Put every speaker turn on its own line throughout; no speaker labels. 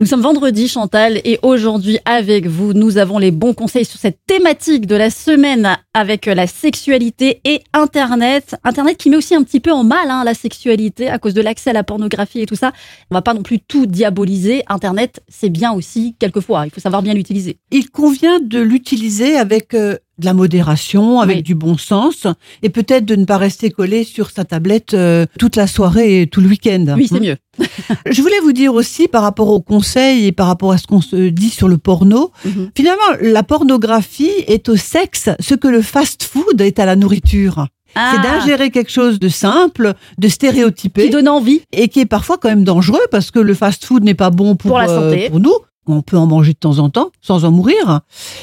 Nous sommes vendredi, Chantal, et aujourd'hui, avec vous, nous avons les bons conseils sur cette thématique de la semaine avec la sexualité et Internet. Internet qui met aussi un petit peu en mal hein, la sexualité à cause de l'accès à la pornographie et tout ça. On va pas non plus tout diaboliser. Internet, c'est bien aussi quelquefois. Il faut savoir bien l'utiliser.
Il convient de l'utiliser avec euh, de la modération, avec
Oui.
du bon sens, et peut-être de ne pas rester collé sur sa tablette euh, toute la soirée et tout le week-end.
Oui, c'est mieux.
Je voulais vous dire aussi par rapport aux conseils et par rapport à ce qu'on se dit sur le porno,
Mhm.
finalement, la pornographie est au sexe ce que le fast-food est à la nourriture.
Ah,
C'est d'ingérer quelque chose de simple, de stéréotypé.
qui donne envie.
et qui est parfois quand même dangereux parce que le fast-food n'est pas bon pour,
Pour la
euh,
santé.
pour nous. On peut en manger de temps en temps sans en mourir.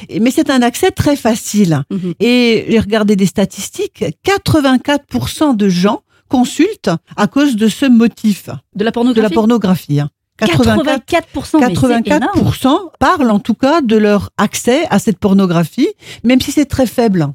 Et- Mais c'est un accès très facile.
Mhm.
Et j'ai regardé des statistiques, 84% de gens consultent à cause de ce motif,
De la
de la
pornographie.
pornographie. hein. 84,
84%. mais c'est énorme.
84% parlent en tout cas de leur accès à cette pornographie, même si c'est très faible.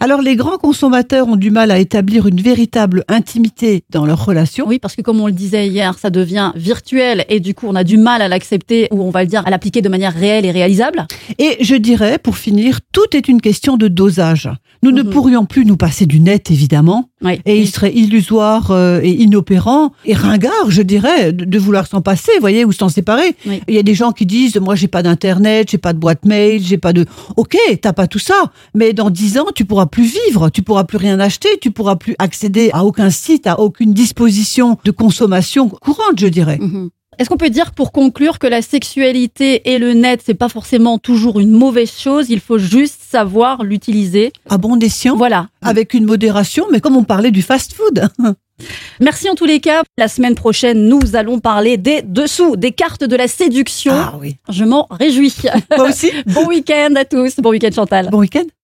Alors les grands consommateurs ont du mal à établir une véritable intimité dans leurs relations.
Oui, parce que comme on le disait hier, ça devient virtuel et du coup, on a du mal à l'accepter ou on va le dire à l'appliquer de manière réelle et réalisable.
Et je dirais, pour finir, tout est une question de dosage. Nous ne
Mhm.
pourrions plus nous passer du net, évidemment,
Ouais.
et il serait illusoire euh, et inopérant et ringard, je dirais, de, de vouloir s'en passer, vous voyez, ou s'en séparer.
Oui.
Il y a des gens qui disent, moi, j'ai pas d'internet, j'ai pas de boîte mail, j'ai pas de. Ok, t'as pas tout ça, mais dans dix ans, tu pourras plus vivre, tu pourras plus rien acheter, tu pourras plus accéder à aucun site, à aucune disposition de consommation courante, je dirais.
Mhm. Est-ce qu'on peut dire pour conclure que la sexualité et le net, c'est pas forcément toujours une mauvaise chose, il faut juste savoir l'utiliser.
À bon escient,
Voilà.
avec une modération, mais comme on parlait du fast-food. hein,
Merci en tous les cas. La semaine prochaine, nous allons parler des dessous, des cartes de la séduction.
oui.
Je m'en réjouis.
Moi aussi.
bon week-end à tous. Bon week-end Chantal.
Bon week-end.